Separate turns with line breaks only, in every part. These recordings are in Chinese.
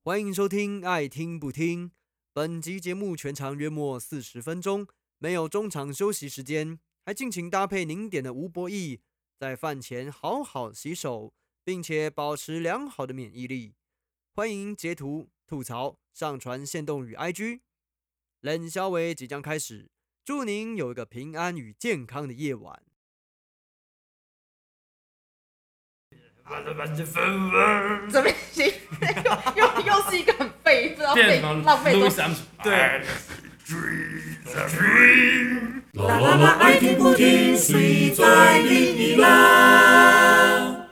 欢迎收听《爱听不听》，本集节目全长约莫四十分钟，没有中场休息时间，还敬请搭配您点的吴博弈，在饭前好好洗手，并且保持良好的免疫力。欢迎截图、吐槽、上传限动与 IG。冷消维即将开始，祝您有一个平安与健康的夜晚。啊
怎么行？又又又是一个很废，不知道
变
废
成
浪费
Louis
多少。
Armstrong 哎
对，
啦啦啦，爱听不听，谁在理你啦？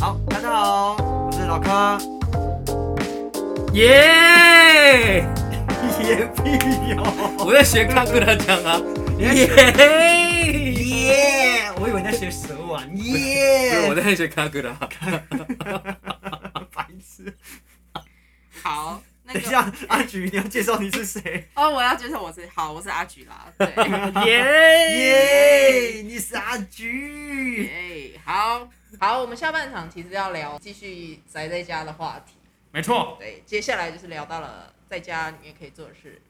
好，大家好，我是老柯。
耶！
也屁哟、
我在学康哥他讲啊，耶！
耶！我以为你在学蛇丸
对，我
耶，
在学康哥他。
白痴。
好，那
等一
个
下，阿菊，你要介绍你是谁？
哦，我要介绍我是好，我是阿菊啦。对，
耶，你是阿菊。
哎，好好，我们下半场其实要聊继续宅在家的话题。
没错，
对，接下来就是聊到了在家你也可以做的事。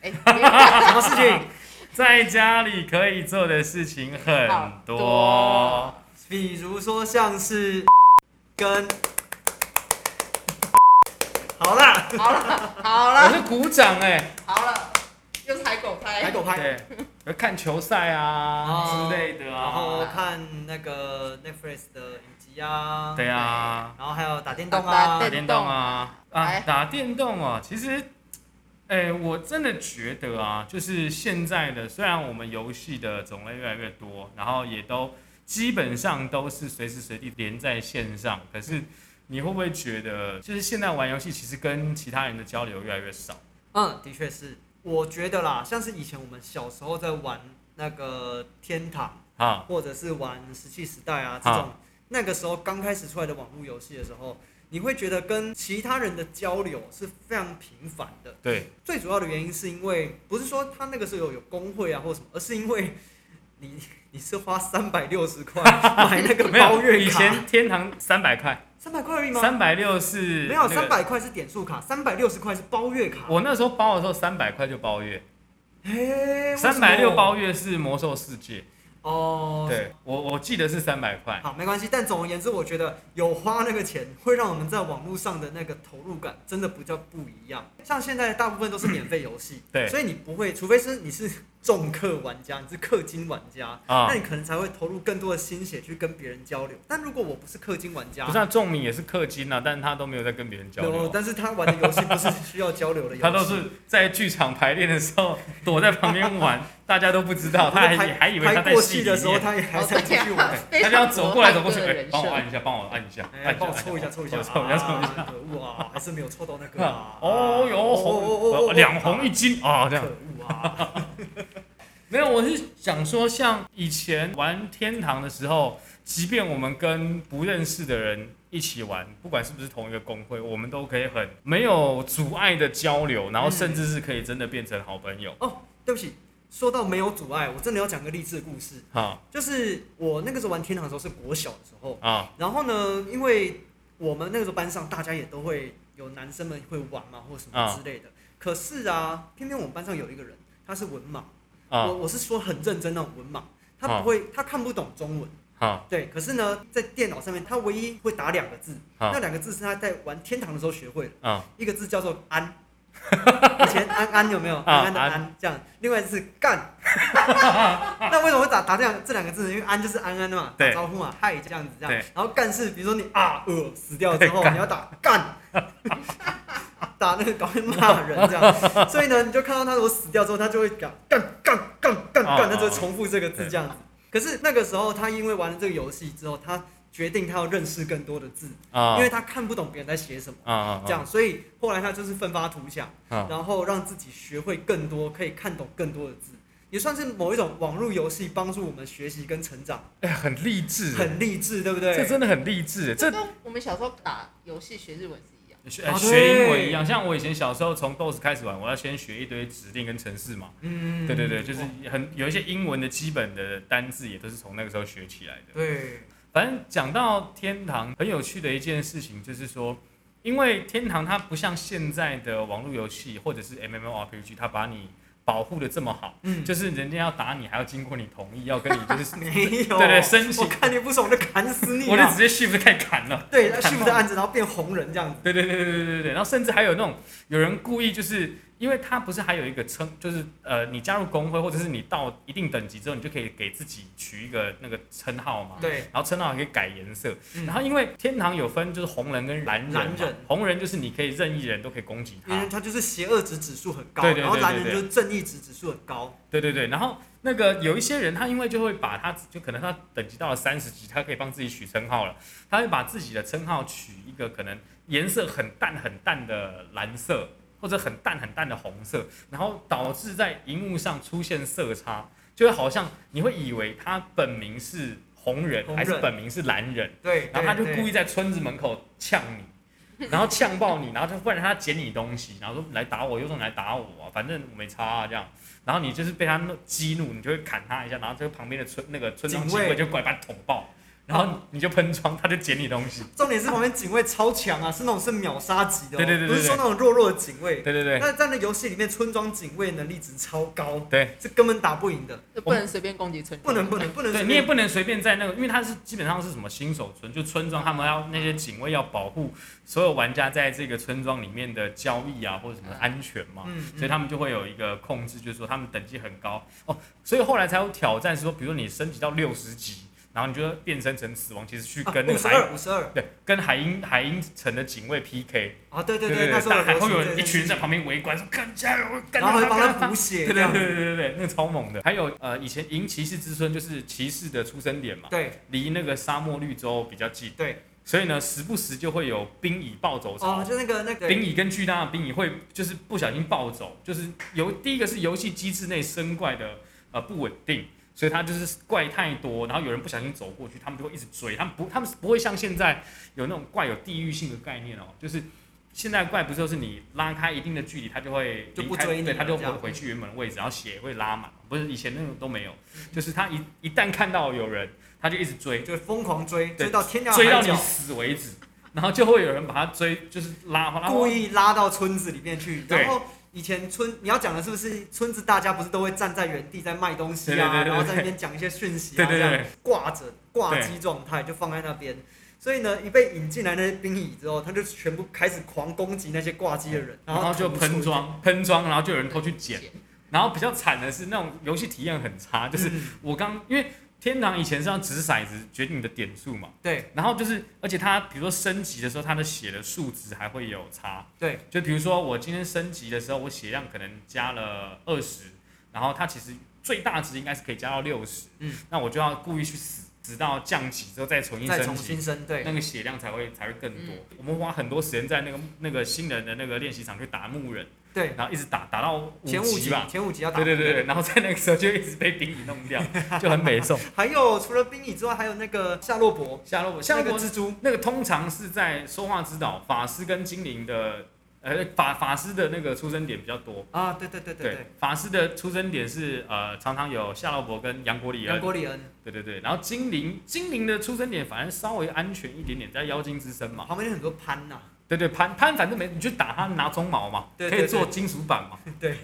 哎，什
什么事情？
在家里可以做的事情很多。
比如说像是跟，好啦，
好了，好
我
了，
是鼓掌哎，
好了，又是海狗拍。
来狗拍，
对，我看球赛啊
哎哦
之类的
然后
啊。
看那个 Netflix 的影集啊，
对啊，
然后还有打电动
打
啊
打，
电
电动啊啊
哎，
打电动哦，其实。哎，我真的觉得啊，就是现在的，虽然我们游戏的种类越来越多，然后也都基本上都是随时随地连在线上，可是你会不会觉得，就是现在玩游戏其实跟其他人的交流越来越少？
嗯，的确是，我觉得啦，像是以前我们小时候在玩那个天堂，
啊，
或者是玩石器时代啊这种，那个时候刚开始出来的网络游戏的时候，你会觉得跟其他人的交流是非常频繁的。
对，
最主要的原因是因为不是说他那个时候有有工会啊或什么，而是因为你 你是花三百六十块买那个
没
包
有，
月
以
卡，
前天堂三百块，
三百块而已吗？
三百六是
没有，
那个
三。百块是点数卡，三百六十块是包月卡。
我那时候包的时候三百块就包月，
哎，为什么
三百六包月是魔兽世界，
哦，
对我我记得是三百块。，
好，没关系。但总而言之，我觉得有花那个钱，会让我们在网络上的那个投入感真的比较不一样。像现在大部分都是免费游戏
对
所以你不会，除非是你是重氪玩家，你是氪金玩家，
啊
那你可能才会投入更多的心血去跟别人交流。但如果我不是氪金玩家
不，是、啊，仲明也是氪金啊，但是他都没有在跟别人交流
有，
啊，
但是他玩的游戏不是需要交流的游戏，
他都是在剧场排练的时候躲在旁边玩，大家都不知道，
我
他
在
还
排
还以为他
排
在
过
戏
戏
里
的时候，
面，
他也还
哦
在继续玩。
对
非
他
常
就要走过来走过去，
多
哎，
人
帮我
设
按一下，帮我按一下，
哎，
按一
帮我
下
抽一下，抽一下，
帮我抽一下，抽一下。
啊可恶啊，还是没有抽到那个啊！
哦哟，红两红一金啊，这
可
样
恶啊！
没有，我是想说，像以前玩天堂的时候，即便我们跟不认识的人一起玩，不管是不是同一个工会，我们都可以很没有阻碍的交流，然后甚至是可以真的变成好朋友。
哦，对不起，说到没有阻碍，我真的要讲个励志的故事。
啊
就是我那个时候玩天堂的时候是国小的时候，
啊
然后呢，因为我们那个时候班上大家也都会有男生们会玩嘛，或什
啊
么之类的。可是啊，偏偏我们班上有一个人，他是文盲，我
啊
我是说很认真那种文盲，他
啊
不会，他看不懂中文。
啊
对，可是呢，在电脑上面，他唯一会打两个字，
啊
那两个字是他在玩天堂的时候学会的。
啊！
一个字叫做 安，以前安安有没有？
啊
安安的安这样，另外一个是 干。那为什么会打打这样这两个字呢？因为安就是安安的嘛，打
对
招呼嘛，嗨这样子这样
对。
然后干是比如说你啊呃死掉之后，
对干
你要打干，打那个搞会骂人这样。所以呢，你就看到他如果死掉之后，他就会讲干干干干
哦
干，他就会
哦
重复这个字
对
这样子。可是那个时候，他因为玩了这个游戏之后，他决定他要认识更多的字，
啊，
因为他看不懂别人在写什么。
啊啊
这样，所以后来他就是奋发图强，
啊
然后让自己学会更多，可以看懂更多的字，也算是某一种网络游戏帮助我们学习跟成长，
哎，很励志，
很励志，对不对？
这真的很励志，这
这跟我们小时候打游戏学日文是一样。
学哎
啊
学英文
对
一样。像我以前小时候从 DOS 开始玩，我要先学一堆指令跟程式嘛。
嗯
对对对，就是很有一些英文的基本的单字也都是从那个时候学起来的。
对，
反正讲到天堂，很有趣的一件事情就是说，因为天堂它不像现在的网络游戏或者是 MMORPG，它把你保护的这么好，
嗯
就是人家要打你还要经过你同意，要跟你 就是
没有，
对对申请
哦我看你不爽，我就砍死你啊！
我就直接 shift 开始砍了。
对，他 shift 按着，然后变红人这样子。
对对对对对对对，然后甚至还有那种有人故意就是，因为他不是还有一个称，就是呃，你加入工会或者是你到一定等级之后，你就可以给自己取一个那个称号嘛。
对，
然后称号还可以改颜色，
嗯
然后因为天堂有分就是红人跟蓝人嘛，
蓝人嗯
红人就是你可以任意人都可以攻击
因为
他，
他就是邪恶值指数很高，
对对对
然后蓝人
对对
就是正义值指数很高。
对对对，然后那个有一些人他因为就会把他就可能他等级到了三十级，他可以帮自己取称号了，他会把自己的称号取一个可能颜色很淡很淡的蓝色或者很淡很淡的红色，然后导致在荧幕上出现色差，就会好像你会以为他本名是红人
红人
还是本名是蓝人。
对，
然后他就故
意
意在村子门口呛你，然后呛爆你，然后就不然他捡你东西，然后说来打我，有种来打我啊，反正我没差啊这样。然后你就是被他怒激怒，你就会砍他一下，然后这个旁边的村那个村庄
警
警
卫
卫就过来把你捅爆，然后你就喷窗，他就捡你东西。
重点是旁边警卫超强啊，是那种是秒杀级的、哦，
对对对对对
不是说那种弱弱的警卫。
对对对
那在那游戏里面，村庄警卫能力值超高，
对
是根本打不赢的，
就不能随便攻击村
不
庄，
能不能不能随
对，
便。
你也不能随便在那个，因为他是基本上是什么新手村，就村庄他们要那些警卫要保护所有玩家在这个村庄里面的交易啊或者什么安全嘛。
嗯，嗯
所以他们就会有一个控制，就是说他们等级很高哦，所以后来才有挑战说，比如说你升级到六十级，然后你就会变身成死亡骑士去跟那
哦五
个
十
海、
二五十二
对跟海鹰海鹰城的警卫 PK，
啊，对对
对
那时候
大海会有
流行
人一群
这
在
件事
旁边围观说干加油，
情，
干
然后还
掉
帮
干
他
掉
补血，
对
这
对
样
对对对对，那个超猛的。还有呃，以前赢骑士之村就是骑士的出生点嘛，
对
离那个沙漠绿洲比较近，
对，
所以呢，时不时就会有兵蚁暴走潮
哦，就那个那个
冰蚁跟巨大的冰蚁会就是不小心暴走，就是游第一个是游戏机制内生怪的呃不稳定，所以它就是怪太多，然后有人不小心走过去，他们就会一直追，他们不他们是不会像现在有那种怪有地域性的概念哦，就是现在怪不是就是你拉开一定的距离，它就会
就不
离开
追你
对，它
了
就
这
回
样
回去原本的位置，然后血也会拉满，不是以前那种都没有，
嗯
就是它一一旦看到有人，它就一直追，
就疯狂追，
对
追到天涯
追到
海
你
角
死为止，然后就会有人把它追，就是拉，然后
故意拉到村子里面去，
对
然后。以前村你要讲的是不是村子？大家不是都会站在原地在卖东西啊，
对对对对对
然后在那边讲一些讯息啊，
对对对
这样挂着挂机状态就放在那边。所以呢，一被引进来那些兵蚁之后，他就全部开始狂攻击那些挂机的人，
嗯然
后
后就喷装，喷装，然后就有人偷去捡。然后比较惨的是那种游戏体验很差，就是
嗯
我刚因为天堂以前是要掷骰子决定你的点数嘛，
对
然后就是而且它比如说升级的时候，它的血的数值还会有差。
对，
就比如说我今天升级的时候，我血量可能加了二十，然后它其实最大值应该是可以加到六十，
嗯，
那我就要故意去死，直到降级之后再重新
再
升
重
级
新。生对嗯
那个血量才会才会更多。我们花很多时间在那个那个新人的那个练习场去打牧人，
对，
然后一直打打到五
前五
级
集
吧。
前五集要打
对对对对，然后在那个时候就一直被兵蚁弄 掉，就很美送。
还有除了兵蚁之外，还有那个夏洛伯，
夏洛伯，夏洛
那
伯
个蜘蛛，
那个通常是在说话之岛法师跟精灵的，呃，法法师的那个出生点比较多。
啊，对对对对对，
法师的出生点是呃，常常有夏洛伯跟杨国里
杨
恩。
国里恩
对对对，然后精灵精灵的出生点反而稍微安全一点点，在妖精之身嘛。
旁边有很多潘呐，
对对，潘潘反正没，你就打他拿鬃毛嘛，
对对
可以做金属板嘛。
对，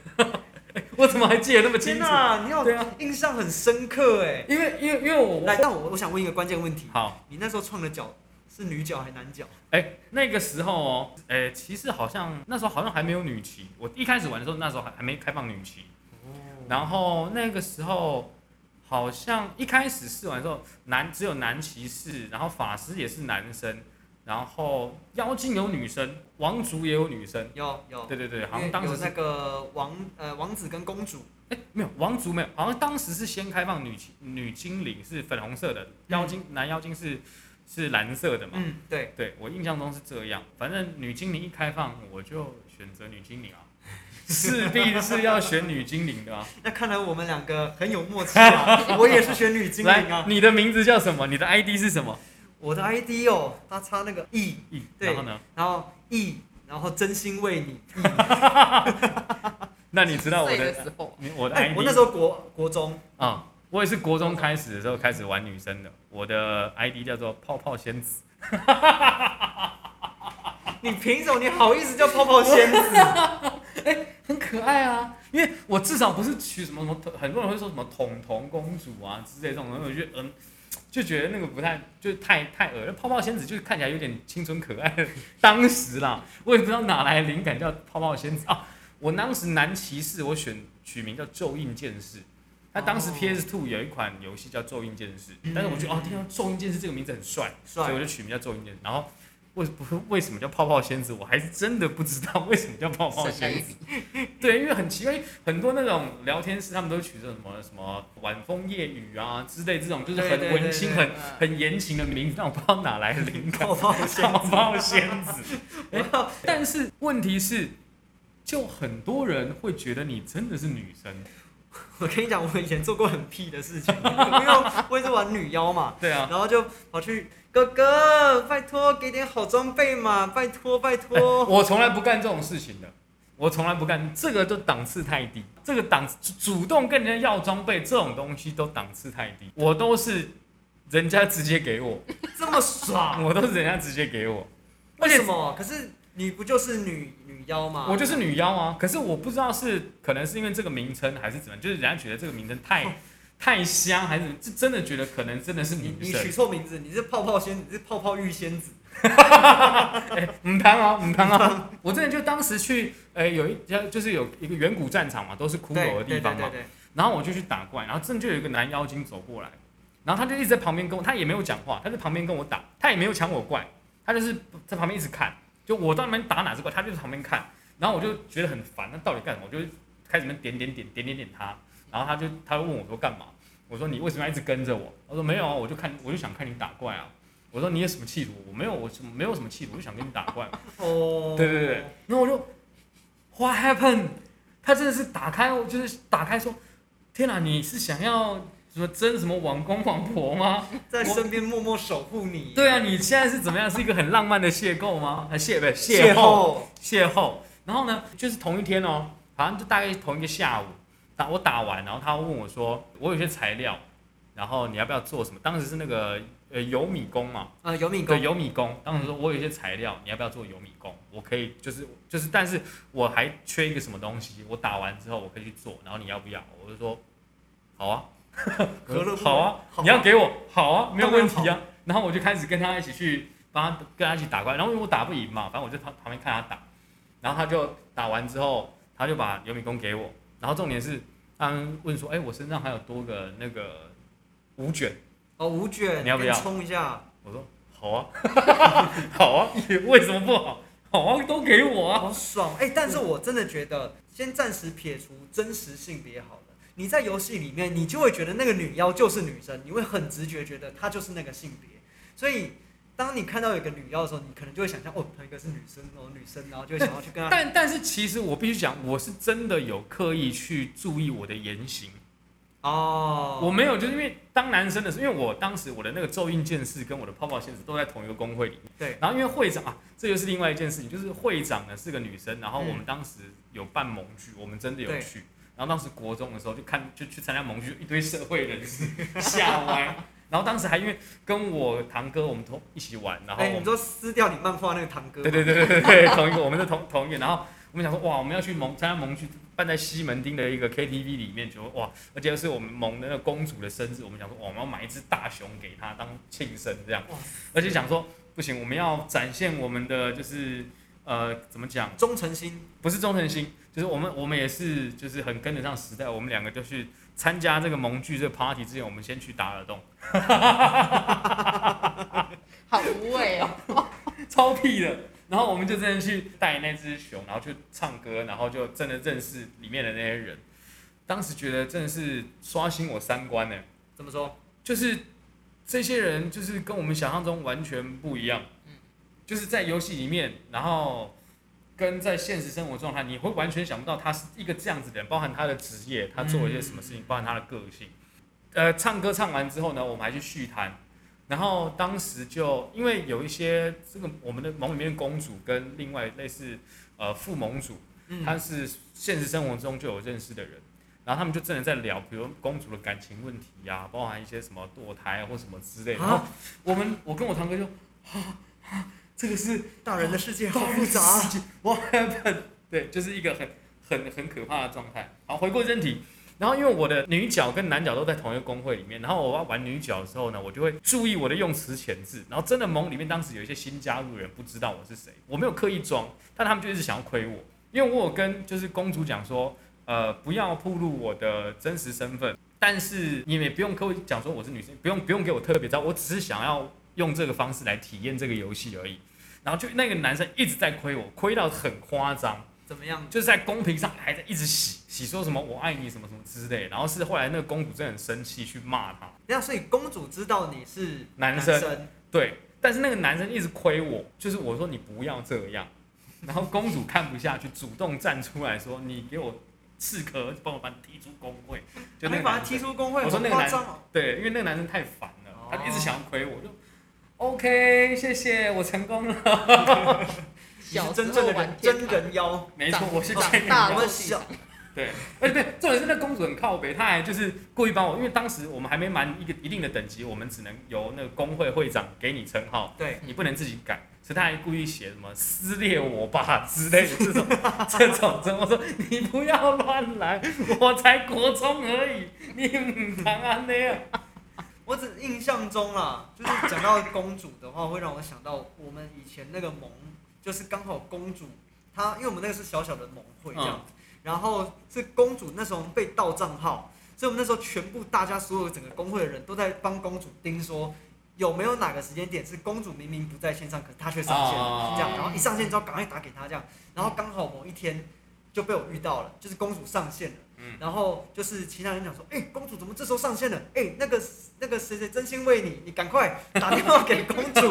我怎么还记得那么清
天
楚？
哪，你
对
有
啊
印象很深刻哎。
因为因为因为我
来，那我我想问一个关键问题，
好，
你那时候创的脚是女脚还男脚？
哎、那个时候哦，哎、其实好像那时候好像还没有女骑，我一开始玩的时候那时候还还没开放女骑，
哦
然后那个时候好像一开始试玩的时候男只有男骑士，然后法师也是男生，然后妖精有女生，王族也有女生。
有有，
对对对，好
因为
像当时
有
是
那个王呃王子跟公主，
哎，没有王族没有，好像当时是先开放女精女精灵是粉红色的，妖精、男妖精是是蓝色的嘛？
嗯，对，
对我印象中是这样，反正女精灵一开放，我就选择女精灵 啊，势必是要选女精灵的啊。
那看来我们两个很有默契 啊，我也是选女精灵
来
啊，，
你的名字叫什么？你的 ID 是什么？
我的 ID 哦，他插那个 E，
咦
对
然后呢？
然后 E，然后真心为你，
那你知道我
碎的时
的
候，
你我的
哎，
ID？
我那时候国国中，
啊、我也是国中开始的时候开始玩女生的，我的 ID 叫做泡泡仙子。
你凭什么？你好意思叫泡泡仙 子？
很可爱啊，因为我至少不是取什么什么，很多人会说什么彤彤公主啊之类这种东西，我觉得嗯，就觉得那个不太，就是太太恶心。泡泡仙子就是看起来有点清纯可爱的，当时啦，我也不知道哪来的灵感叫泡泡仙子啊。我当时男骑士，我选取名叫咒印剑士。那当时
哦
PS Two 有一款游戏叫《咒印剑士》，但是我觉得哦，听到咒印剑士这个名字很帅，所以我
帅，
就取名叫咒印剑士。然后为不为什么叫泡泡仙子，我还是真的不知道为什么叫泡泡
省下
仙子
一。笔，
对，因为很奇怪，很多那种聊天室他们都取这种什么什么晚风夜雨啊之类这种，就是
对
很
对
文
对
青、
对
很
嗯
很言情的名字，但我不知道哪来的灵感
泡，泡仙
泡
子。
泡仙子。哎但是问题是，就很多人会觉得你真的是女生，
我跟你讲，我以前做过很屁的事情，因为我也是玩女妖嘛，
对啊。
然后就跑去哥哥，拜托给点好装备嘛，拜托拜托。
哎 我从来不干这种事情的，我从来不干，这个都档次太低，这个档次主动跟人家要装备这种东西都档次太低，我都是人家直接给我，
这么爽，
我都是人家直接给我，而
为
且
什么？可是你不就是女女妖吗？
我就是女妖啊，可是我不知道是可能是因为这个名称还是怎么样，就是人家觉得这个名称
哦
太、太香，还是是真的觉得可能真的是
你
女
你
生
取。错名字，你是泡泡仙，你是泡泡玉仙子。
哎，唔汤啊，唔汤啊！我真的就当时去，哎，有一家就是有一个远古战场嘛，都是骷
对
髅的地方嘛
对对，对对
然后我就去打怪，然后真的就有一个男妖精走过来，然后他就一直在旁边跟我，他也没有讲话，他在旁边跟我打，他也没有抢我怪，他就是在旁边一直看，就我到那边打哪只怪，他就在旁边看，然后我就觉得很烦，那到底干什么？我就开始在那边点点点点点点他，然后他就他就问我说干嘛？我说你为什么要一直跟着我？他说没有啊，我就看我就想看你打怪啊。我说你有什么企图？我没有，我什么没有什么企图，我就想跟你打怪。
哦，
对对对，然后我就 What happened？他真的是打开，就是打开说，天哪、你是想要什么争什么王公王婆吗？
在身边默默守护你。
对啊，你现在是怎么样？是一个很浪漫的邂逅吗？啊，邂不是
邂
邂逅
逅，
邂逅。然后呢，就是同一天哦，好像就大概同一个下午打我打完，然后他问我说，我有些材料，然后你要不要做什么？当时是那个呃油米工嘛，
呃，有敏
对，
工，
油米工。当时说我有一些材料，你要不要做油米工？我可以，就是就是，但是我还缺一个什么东西，我打完之后我可以去做，然后你要不要？我就说好啊，
何乐不为
好啊，
好啊
你要给我好啊，没有问题啊。然后我就开始跟他一起去帮他跟他一起打怪，然后因为我打不赢嘛，反正我就旁旁边看他打，然后他就打完之后，他就把油米工给我，然后重点是他问说，哎、我身上还有多个那个五卷。
哦，五卷，
你要不要
边冲一下？
我说好啊， 好啊，也为什么不好？好啊，都给我啊。
好爽！哎、但是我真的觉得，先暂时撇除真实性别好了。你在游戏里面，你就会觉得那个女妖就是女生，你会很直觉觉得她就是那个性别。所以，当你看到有一个女妖的时候，你可能就会想象，哦，她应该是女生哦，女生，然后就会想要去跟她。
但但是其实我必须讲，我是真的有刻意去注意我的言行，
哦，
我没有就是因为当男生的时候，因为我当时我的那个咒印剑士跟我的泡泡仙子都在同一个工会里面，
对
然后因为会长啊，这就是另外一件事情，就是会长呢是个女生，然后
嗯
我们当时有办盟聚，我们真的有
对
去。然后当时国中的时候就看就去参加盟聚，一堆社会人士吓歪。然后当时还因为跟我堂哥我们同一起玩，然后
哎、
我
你
们
说撕掉你漫画那个堂哥，
对对对对对，同一个，我们是同同一个。然后我们想说，哇，我们要去蒙参加蒙去办在西门町的一个 KTV 里面，就哇，而且是我们蒙的那个公主的生日，我们想说，哇，我们要买一只大熊给她当庆生这样
哇，
而且想说不行，我们要展现我们的就是呃怎么讲，
忠诚心，
不是忠诚心，就是我们我们也是就是很跟得上时代，我们两个就去参加这个蒙剧这个 party 之前，我们先去打耳洞，
好无畏哦。
超屁的。然后我们就真的去带那只熊，然后去唱歌，然后就真的认识里面的那些人。当时觉得真的是刷新我三观呢，
怎么说？
就是这些人就是跟我们想象中完全不一样
嗯，
就是在游戏里面，然后跟在现实生活状态，你会完全想不到他是一个这样子的人，包含他的职业，他做了一些什么事情，包含他的个性。呃，唱歌唱完之后呢，我们还去续谈，然后当时就因为有一些这个我们的盟里面的公主跟另外类似呃副盟主，
嗯
他是现实生活中就有认识的人，然后他们就真的在聊，比如公主的感情问题呀、包含一些什么堕胎啊或什么之类的。
啊
然后我们我跟我堂哥就，啊啊，这个是
大人的世界好
大
复
人
杂。啊
世界，What happened？对，就是一个很很很可怕的状态。好，回归正题。然后因为我的女角跟男角都在同一个公会里面，然后我要玩女角的时候呢，我就会注意我的用词遣字。然后真的盟里面当时有一些新加入的人不知道我是谁，我没有刻意装，但他们就一直想要亏我，因为我有跟就是公主讲说，呃，不要暴露我的真实身份，但是你们也不用跟我讲说我是女生，不用不用给我特别招，我只是想要用这个方式来体验这个游戏而已。然后就那个男生一直在亏我，亏到很夸张，
怎么样？
就是在公屏上还在一直洗洗说什么我爱你什么什么之类，然后是后来那个公主真的很生气去骂他，
那所以公主知道你是
男
生，
生对，但是那个男生一直亏我，就是我说你不要这样，然后公主看不下去，主动站出来说你给我适可帮我把你踢出公会，就那
你
个
把
男
她
生
踢出工会，
我说
好
那个
夸
男
张哦。
对，因为那个男生太烦了
哦，
他一直想要亏我，就 OK，谢谢，我成功了，
你是
小
真
时
正
候
的
玩
人
天
真
堂
人妖，
没错，我是
长
这样
大
我
了
们
地上
小
对，而哎且对，重点是那公主很靠北，她还就是故意帮我，因为当时我们还没满一个一定的等级，我们只能由那个工会会长给你称号，
对，
你不能自己改，所以她还故意写什么撕裂我吧之类的这种这种，这种我说你不要乱来，我才国中而已，你唔谈安那样，
我只印象中啦，就是讲到公主的话，会让我想到我们以前那个盟，就是刚好公主她，因为我们那个是小小的盟会这样
嗯
子，然后是公主那时候被盗账号，所以我们那时候全部大家所有整个工会的人都在帮公主盯说。有没有哪个时间点是公主明明不在线上，可是她却上线
哦
了？这样，然后一上线之后赶快打给她这样，然后刚好某一天就被我遇到了，就是公主上线了。
嗯
然后就是其他人讲说，哎、公主怎么这时候上线了？哎、那个那个谁谁真心为你，你赶快打电话给公主。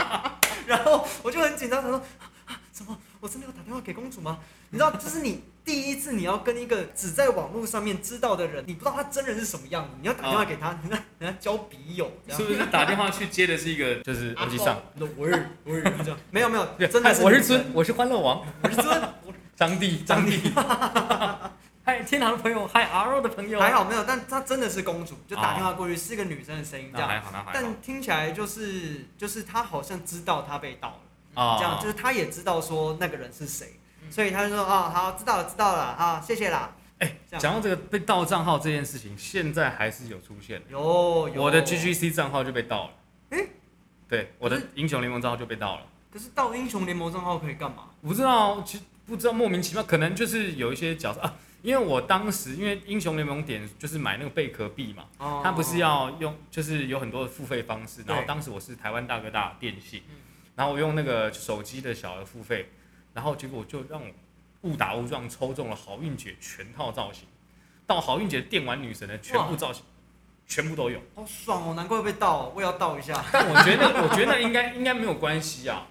然后我就很紧张，想说、 啊啊什么？我真的要打电话给公主吗？你知道，就是你第一次你要跟一个只在网络上面知道的人，你不知道他真人是什么样子，你要打电话给他，你要 你要交笔友，这样
啊是不是打电话去接的是一个就是耳机上？
那我是我是这样， 没有没有，
对
啊真的
嗨
是
我是
女生
尊，我是欢乐王。
我是尊，
张帝，张帝， 嗨，天堂的朋友，嗨，R O 的朋友，
还，好没有，但她真的是公主，就打电话过去是个女生的声音这
那
样。
啊还好，那还好，
但听起来就是就是他好像知道他被盗了，
啊
这样就是他也知道说那个人是谁，
嗯
所以他就说啊好知道了知道了啊谢谢啦。
哎
这样
讲到这个被盗账号这件事情，现在还是有出现的。
有有
我的 G G C 账号就被盗了，
哎
对，我的
可是
英雄联盟账号就被盗了。
可是盗英雄联盟账号可以干嘛？
我不知道，其实不知道莫名其妙，可能就是有一些角色啊，因为我当时因为英雄联盟点就是买那个贝壳币嘛，
哦
它不是要用，就是有很多的付费方式。然后
对
当时我是台湾大哥大电信
嗯，
然后我用那个手机的小额付费，然后结果就让我误打误撞抽中了好运姐全套造型，到好运姐电玩女神的全部造型，全部都有。
好爽哦，难怪会被盗哦，我也要盗一 下。
但我觉得，我觉得应该应该没有关系啊，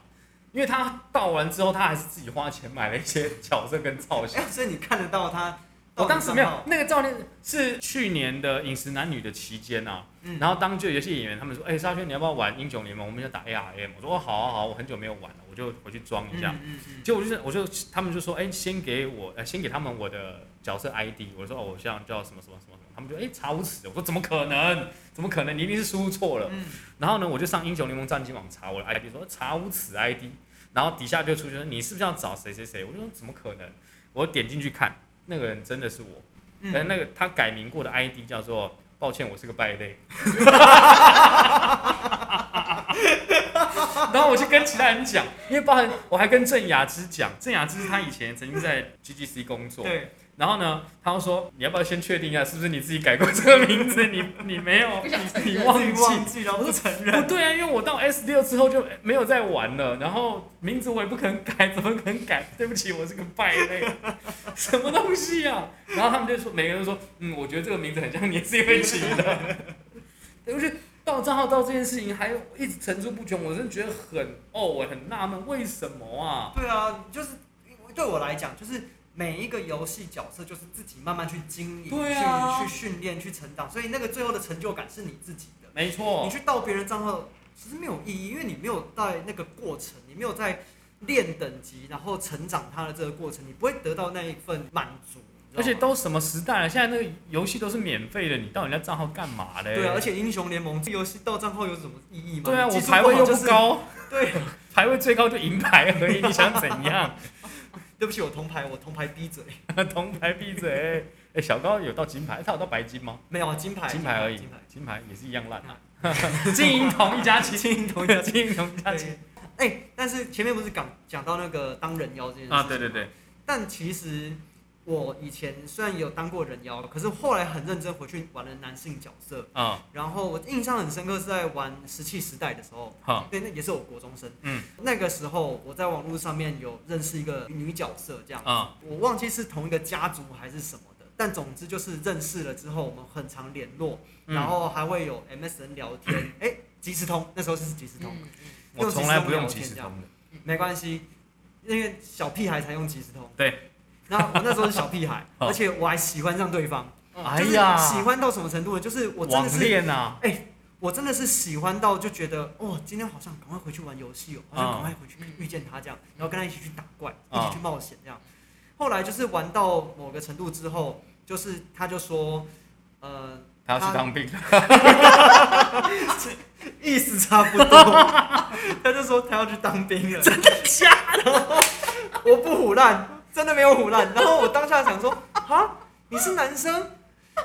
因为他到完之后，他还是自己花钱买了一些角色跟造型
哎、。所以你看得到他？
我当时没
盗
有
你
那个照片，是去年的《饮食男女》的期间啊。
嗯
然后当就有些演员他们说：“哎、沙宣，你要不要玩英雄联盟？我们要打 ARM。”我说：“哦，好啊，好啊，我很久没有玩了，我就回去装一
账
下
号。”嗯嗯嗯，
结果就是，我就他们就说：“哎、先给我，呃，先给他们我的角色 ID。”我说：“哦，我像叫什么什么什么什么。”他们就：“哎、查无此。”我说：“怎么可能？怎么可能？你一定是输入错了。
嗯
然后呢，我就上英雄联盟战机网查我的 ID，说查无此 ID，然后底下就出现说你是不是要找谁谁谁？我就说怎么可能？我点进去看，那个人真的是我，
嗯
但那个他改名过的 ID 叫做抱歉，我是个败类。 然后我就跟其他人讲，因为包含我还跟郑雅芝讲，郑雅芝是他以前曾经在 GGC 工作，
对，
然后呢，他就说你要不要先确定一下是不是你自己改过这个名字？你你没有，
不想承
你
认
你
自
忘
己
记
忘记然后不承
不
认。
对啊，因为我到 S 六之后就没有再玩了，然后名字我也不可能改，怎么可能改？对不起，我是个败类， 什么东西啊？然后他们就说，每个人都说，嗯，我觉得这个名字很像你自己会起的。 对，我觉得盗账号盗这件事情还一直层出不穷，我真的觉得很哦，我很纳闷，为什么啊？
对啊，就是对我来讲，就是每一个游戏角色就是自己慢慢去经营、
对啊
去去训练、去成长，所以那个最后的成就感是你自己的。
没错
你，去盗别人账号其实没有意义，因为你没有在那个过程，你没有在练等级，然后成长他的这个过程，你不会得到那一份满足。知道吗
而且都什么时代了，现在那个游戏都是免费的，你到人家账号干嘛嘞？
对啊，而且英雄联盟这游戏到账号有什么意义吗？
对啊，
你
我
技术
排位
不
又
好就
不
是。
高，
对，
排位最高就银牌而已，你想怎样？
对不起，我铜牌，我铜牌逼嘴，
铜牌闭嘴。哎、小高有到金牌，他有到白金吗？
没有啊，金牌，
金牌而已
金牌，，
金牌也是一样烂 啊。金银铜一家亲，金银铜一家亲，金银铜一家亲
对。哎、但是前面不是讲讲到那个当人妖这件事情
啊，对对对，
但其实我以前虽然也有当过人妖，可是后来很认真回去玩了男性角色。
嗯，
然后我印象很深刻是在玩石器时代的时候，
好，
对，那也是我国中生。
嗯，
那个时候我在网络上面有认识一个女角色，这样，
嗯，
我忘记是同一个家族还是什么的，但总之就是认识了之后，我们很常联络，
嗯
然后还会有 MSN 聊天， 哎、即时通，那时候是即时通，
嗯
我从来不用即时通的。
没关系，因为小屁孩才用即时通。
对。
然后我那时候是小屁孩，
哦
而且我还喜欢上对方，
嗯
哎
就是
呀，
喜欢到什么程度呢？就是我真的
网
是，
恋啊，
我真的是喜欢到就觉得，哦，今天好像赶快回去玩游戏哦，好像
嗯
赶快回去遇见他这样，然后跟他一起去打怪，一
嗯
起去冒险这样。后来就是玩到某个程度之后，就是他就说，呃，
他要去当兵。
意思差不多， 他就说他要去当兵了，真的假的？ 我不唬烂，真的没有唬烂。然后我当下想说，啊，你是男生，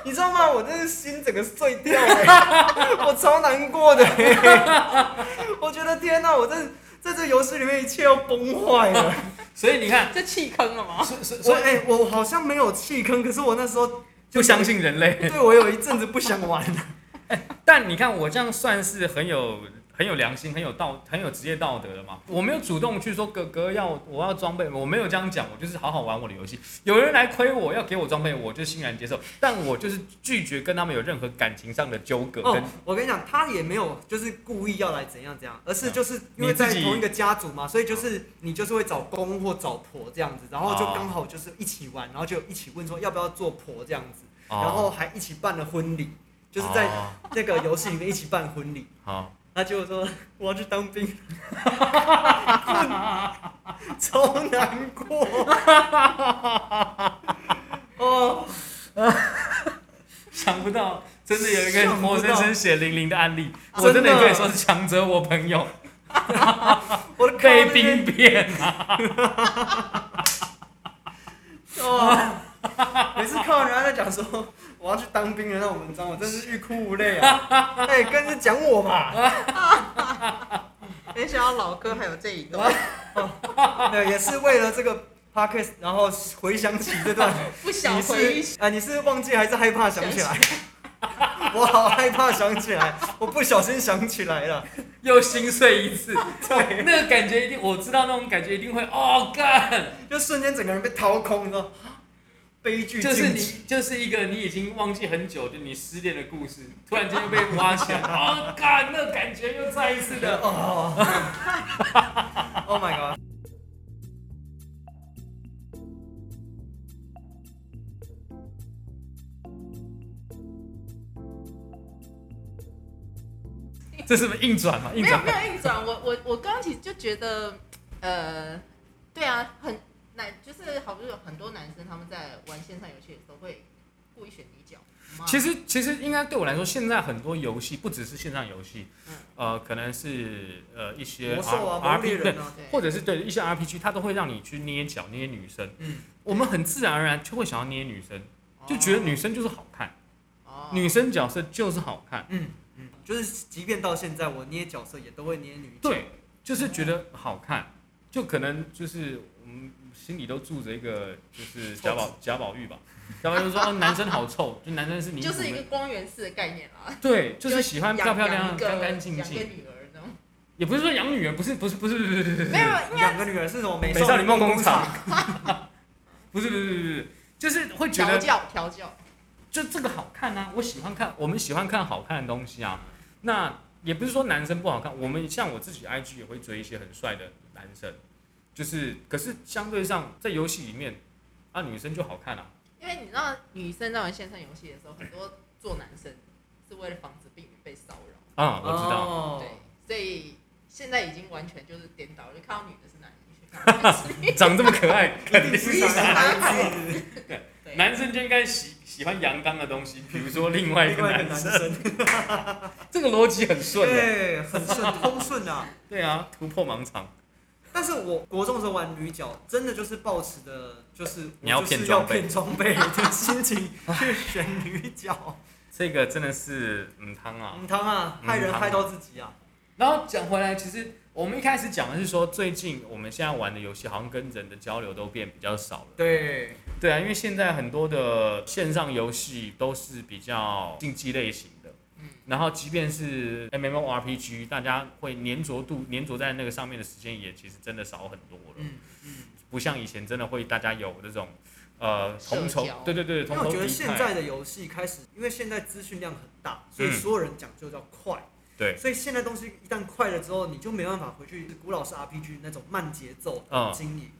你知道吗？我真是心整个碎掉了、 我超难过的、欸 我觉得天哪、我这在这游戏里面一切要崩坏了。
所以你看，
这弃坑了吗？
所所
我
所以
哎、我好像没有弃坑，可是我那时 候
不相，信人类。
对我有一阵子不想玩了。
但你看我这样算是很有很有良心、很有道、很有职业道德的嘛？我没有主动去说哥哥要我要装备，我没有这样讲，我就是好好玩我的游戏。有人来亏我要给我装备，我就欣然接受，但我就是拒绝跟他们有任何感情上的纠葛
哦
跟。，
我跟你讲，他也没有就是故意要来怎样怎样，而是就是因为
啊你自
在
己
同一个家族嘛，所以就是你就是会找公或找婆这样子，然后就
哦
刚好就是一起玩，然后就一起问说要不要做婆这样子，
哦
然后还一起办了婚礼，就是在
哦
那个游戏里面一起办婚礼。
好，
他就说 我要去当 兵，超难 过。哦，
想不到真的有一个活生生血淋淋的案例，
想不到
我真的
真的
可以说是强者我朋友
我的靠
被
那边
兵 变。
哦，每次看到人家在讲说我要去当兵的那种文章，我真是欲哭无泪啊！哎、跟着讲我吧，
没想到老哥还有这一段，
对，也是为了这个 podcast，然后回想起这段，
不想
你
回忆
是啊，你是忘记还是害怕想起来？ 我好害怕想起来，我不小心想起来了。
又心碎一次，
对，
那个感觉一定，我知道那种感觉一定会哦干，
就瞬间整个人被掏空，你知道吗，悲剧
就是
尽
你
起。
就是一个你已经忘记很久的你失恋的故事，突然间又被挖起来， 啊，干，那感觉又再一次的。
哦，Oh my god！
这是不是硬转嘛？硬
没有
转
没有硬转，我我我刚刚其实就觉得，呃，对啊，很男就是好，不是有很多男生他们在玩线上游戏的时候会故意选女角吗？
其
实
实其实应该对我来说，现在很多游戏不只是线上游戏
嗯，
呃，可能是呃一些
魔兽
R
啊，
R
魔力
P
人啊，
对，
或者是对一些 RPG，它都会让你去捏脚捏女生。
嗯
我们很自然而然就会想要捏女生，就觉得女生就是好看，
哦
女生角色就是好看。
嗯，嗯，就是即便到现在，我捏角色也都会捏女角。
对，就是觉得好看，就可能就是我们心里都住着一个就是贾宝贾宝玉吧，贾宝玉就说、哦、男生好臭，就男生是你
就是
主
一个
人
光源式的概念啦，
对，就是喜欢
养
漂漂亮亮、
养一个
干干净
养一
净，
个女儿那种，
也不是说养女啊人，不是不是不是不是不是不是
没有没有应该
两个女儿是什么？美
美少
女
女梦
工
工厂， 不是不是不是不是，就是会觉
调
得
教调教，
就这个好看啊，我喜欢看，我们喜欢看好看的东西啊。那也不是说男生不好看，我们像我自己 IG 也会追一些很帅的男生，就是可是相对上在游戏里面啊，女生就好看啊。
因为你知道女生在玩线上游戏的时候，很多做男生是为了防止避免被骚扰。
啊、我知道，
哦
对，，所以现在已经完全就是颠倒了，就看 到女的是男的，你去看到女的是女 的
长这么可爱，肯定
一定
是
是
男的
男孩子。
对，
男生就应该喜喜欢阳刚的东西，比如说另外一
另
个
外一个
男
男
生，
生，
这个逻辑很顺的。
对，很顺，通顺啊。
对啊，突破盲场。
但是我国中的时候玩女角，真的就是抱持的，就是
你要
我就是
骗
要
装备
骗装 备的心情去选女角，
这个真的是嗯汤啊。
嗯，汤啊，
嗯
害人
汤
害到自己啊，
然后讲回来，其实我们一开始讲的是说，最近我们现在玩的游戏好像跟人的交流都变比较少了。
对，
对啊，因为现在很多的线上游戏都是比较竞技类型的，
嗯
然后即便是 MMORPG，大家会粘着度粘着在那个上面的时间也其实真的少很多了，
嗯
不像以前真的会大家有那种呃同
社
仇
交，
对对对，
因
同
为我
仇
觉得
敌
现
忾，
在的游戏开始，因为现在资讯量很大，所以
嗯
所有人讲究叫快。
对
所以现在东西一旦快了之后，你就没办法回去古老式 RPG 那种慢节奏
嗯
经营。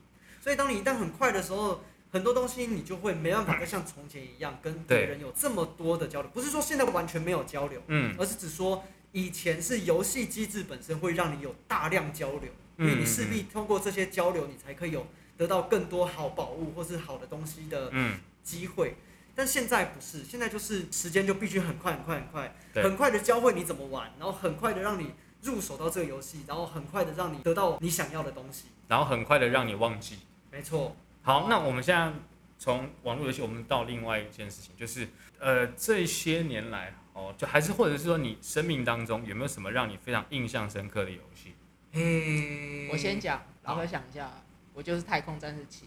所以当你一旦很快的时候，很多东西你就会没办法再像从前一样跟别
对
人有这么多的交流。不是说现在完全没有交流，
嗯
而是只说以前是游戏机制本身会让你有大量交流，因
嗯
为你势必通过这些交流，你才可以有得到更多好宝物或是好的东西的
嗯，
机会。但现在不是，现在就是时间就必须很快、很快、很快，
对
很快的教会你怎么玩，然后很快的让你入手到这个游戏，然后很快的让你得到你想要的东西。
然后很快的让你忘记。
没错，
好，那我们现在从网络游戏，我们到另外一件事情，就是呃，这些年来哦，就还是或者是说你生命当中有没有什么让你非常印象深刻的游戏
嘿
嗯
我先讲，然后想一下，我就是太空战士七，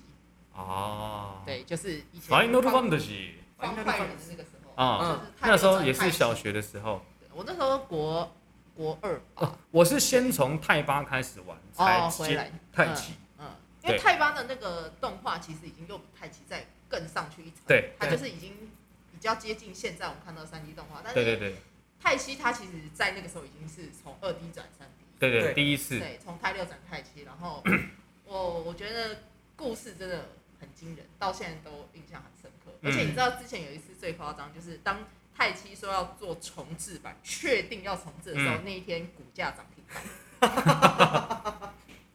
啊？，
对，就是以前
反正都是
放
放得起
放坏人的那个时候
啊。
嗯
就是太空
那时候
战
也是
太
小学的时候，呃
对我那时候国国二吧，
我是先从泰巴开始玩，才
哦，
直
回
接
来
太极。
嗯，嗯，因为
对
泰巴的那个动画其实已经又比太极再更上去一层，
对
它
对
就是已经比较接近现在我们看到三 D 动画，但
对对
是
对
泰西它其实在那个时候已经是从二 D 转三 D，
对
对
对，第一次，
对，从泰六转泰七，然 后我我觉得故事真的很惊人，到现在都印象很深刻。
嗯
而且你知道之前有一次最夸张，就是当泰七说要做重置版，确定要重置的时
嗯
候，那一天股价涨停板。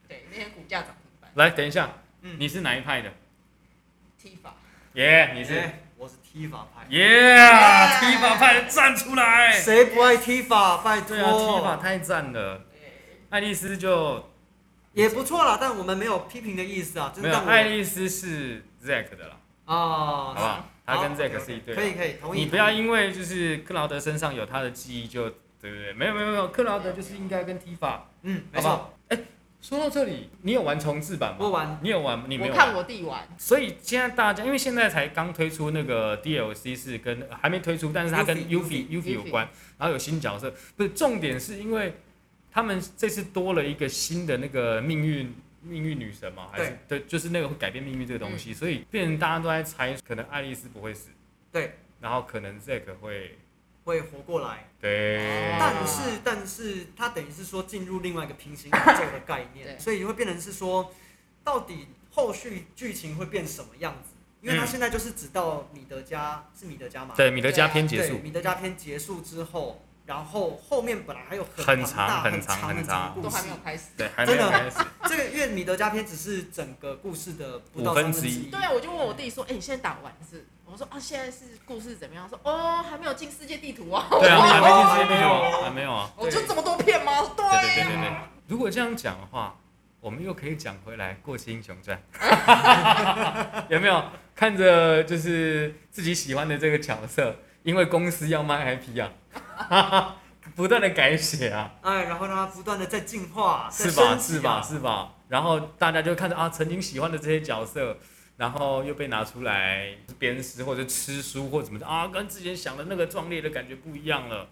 对，那天股价涨停板。
来，等一下，
嗯
你是哪一派的？
踢法，
耶，
你
你
是、
是
我是踢法派，
耶，
Yeah
踢法派站出来。
谁不爱踢法？拜托，
对啊，踢法太赞了。
对，
爱丽丝就
也不错啦，但我们没有批评的意思啊，真
没
的
有，
让我
爱丽丝是 Zack 的啦，好
啊，
不好？他跟 Zack
OK，OK，
是一对
可以
的。
可以同意，
你不要
同意
因为就是克劳德身上有他的记忆就对不对？没有没有没有，克劳德就是应该跟踢法。
嗯，没
好不
错
好，说到这里，你有玩重置版吗？
我玩，
你有玩吗？你没
我
有
看
玩。
我弟玩，
所以现在大家，因为现在才刚推出那个 DLC 是跟还没推出，但是它跟
Yuffie，
Yuffie Yuffie 有关，然后有新角色，不是重点是因为他们这次多了一个新的那个命运命运女神嘛，还是对，就是那个会改变命运这个
嗯
东西，所以变成大家都在猜，可能爱丽丝不会死，
对，
然后可能 Zack 会，
会活过来。
对，
但是，但是它等于是说进入另外一个平行宇宙的概念，
对
所以会变成是说，到底后续剧情会变什么样子？因为它
嗯
现在就是只到米德加是米德加嘛，
对米德加
对啊
篇
对，
结束，
米德加篇结束之后，然后后面本来还有庞
很
大
长
很
很长
长
很
长
长
的
都
故
还
事
没有。开始。
对，还没有
真的
开始，
这个因为米德加篇只是整个故事的不到
五分
三分之
之一
一，
对啊，我就问我弟说：“哎、你现在打完是？”我说：“啊，现在是故事怎么样？”他说：“哦，还没有进世界地图啊。
对啊，还没进世界地图
哦
啊，还没有啊。”
我就这么多片吗？对
对对对对
啊
对。如果这样讲的话，我们又可以讲回来《过气英雄传》，有没有？看着就是自己喜欢的这个角色，因为公司要卖 IP 啊， 不断的改写啊，
哎，然后让它不断的在进化，在
是吧？
升级
是
啊
吧？？是吧？然后大家就看着啊，曾经喜欢的这些角色。然后又被拿出来鞭尸或者吃书或怎么的啊，跟之前想的那个壮烈的感觉不一样了，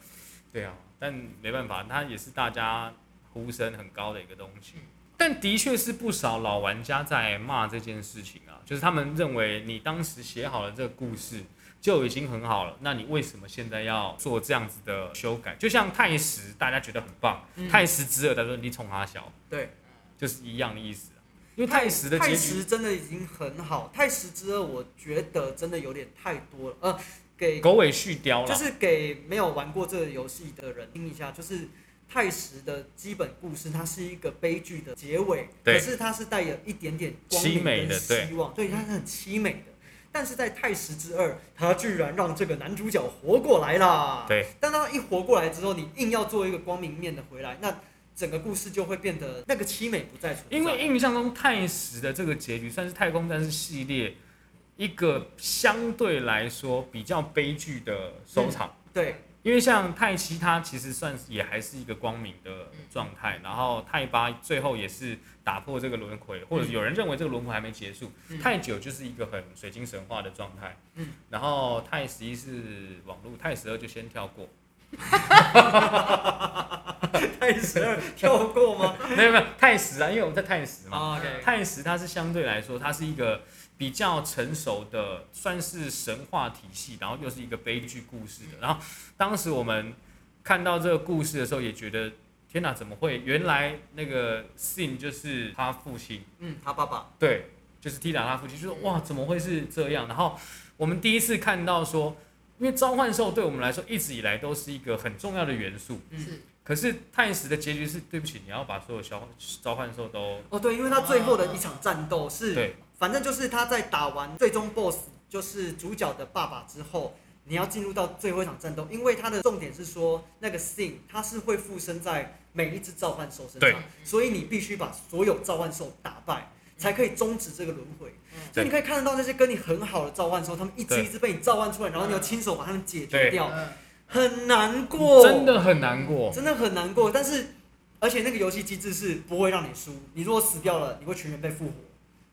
对啊，但没办法，它也是大家呼声很高的一个东西。但的确是不少老玩家在骂这件事情啊，就是他们认为你当时写好了这个故事就已经很好了，那你为什么现在要做这样子的修改？就像太史，大家觉得很棒，
嗯
嗯
太史之耳，他说你宠他小，
对，
就是一样的意思啊、因为太史的
太
结
十
局，
真的已经很好，太十之二我觉得真的有点太多了，呃，给
狗尾续貂了，
就是给没有玩过这个游戏的人听一下，就是太十的基本故事，它是一个悲剧的结尾，可
对
是它是带有一点点光明
凄美
跟
的
希望，对，它是很凄美的。但是在太史之二，他居然让这个男主角活过来啦。
对，
但当他一活过来之后，你硬要做一个光明面的回来，那整个故事就会变得那个凄美不再存在。
因为印象中太史的这个结局算是太空战士系列一个相对来说比较悲剧的收场。
对
因为像泰七，他其实算是也还是一个光明的状
嗯
态，然后泰八最后也是打破这个轮回，或者有人认为这个轮回还没结束，
嗯
泰九就是一个很水晶神话的状态，
嗯，
然后泰十一是网络，泰十二就先跳过，
太史哎二跳过吗？
没有没有泰十啊，因为我们在泰十嘛，
啊，OK，
泰十它是相对来说，它是一个比较成熟的，算是神话体系，然后又是一个悲剧故事的。然后当时我们看到这个故事的时候，也觉得天哪，怎么会？原来那个 Sin 就是他父亲，
嗯，他爸爸，
对，就是 Tila 他父亲，就是哇，怎么会是这样？然后我们第一次看到说，因为召唤兽对我们来说一直以来都是一个很重要的元素，
是
可是泰十的结局是对不起，你要把所有召唤召唤兽都
哦，对，因为他最后的一场战斗是，
哦对
反正就是他在打完最终 BOSS，就是主角的爸爸之后，你要进入到最后一场战斗，因为他的重点是说那个 Sing 他是会附身在每一只召唤兽身
对
上，
嗯
所以你必须把所有召唤兽打败，才可以终止这个轮回。
嗯
所以你可以看得到那些跟你很好的召唤兽，他们一只
对
一只被你召唤出来，然后你要亲手把它们解决
对
掉，
嗯
很难过，
真的很难过。
真的很难过。但是，而且那个游戏机制是不会让你输，你如果死掉了，你会全员被复活，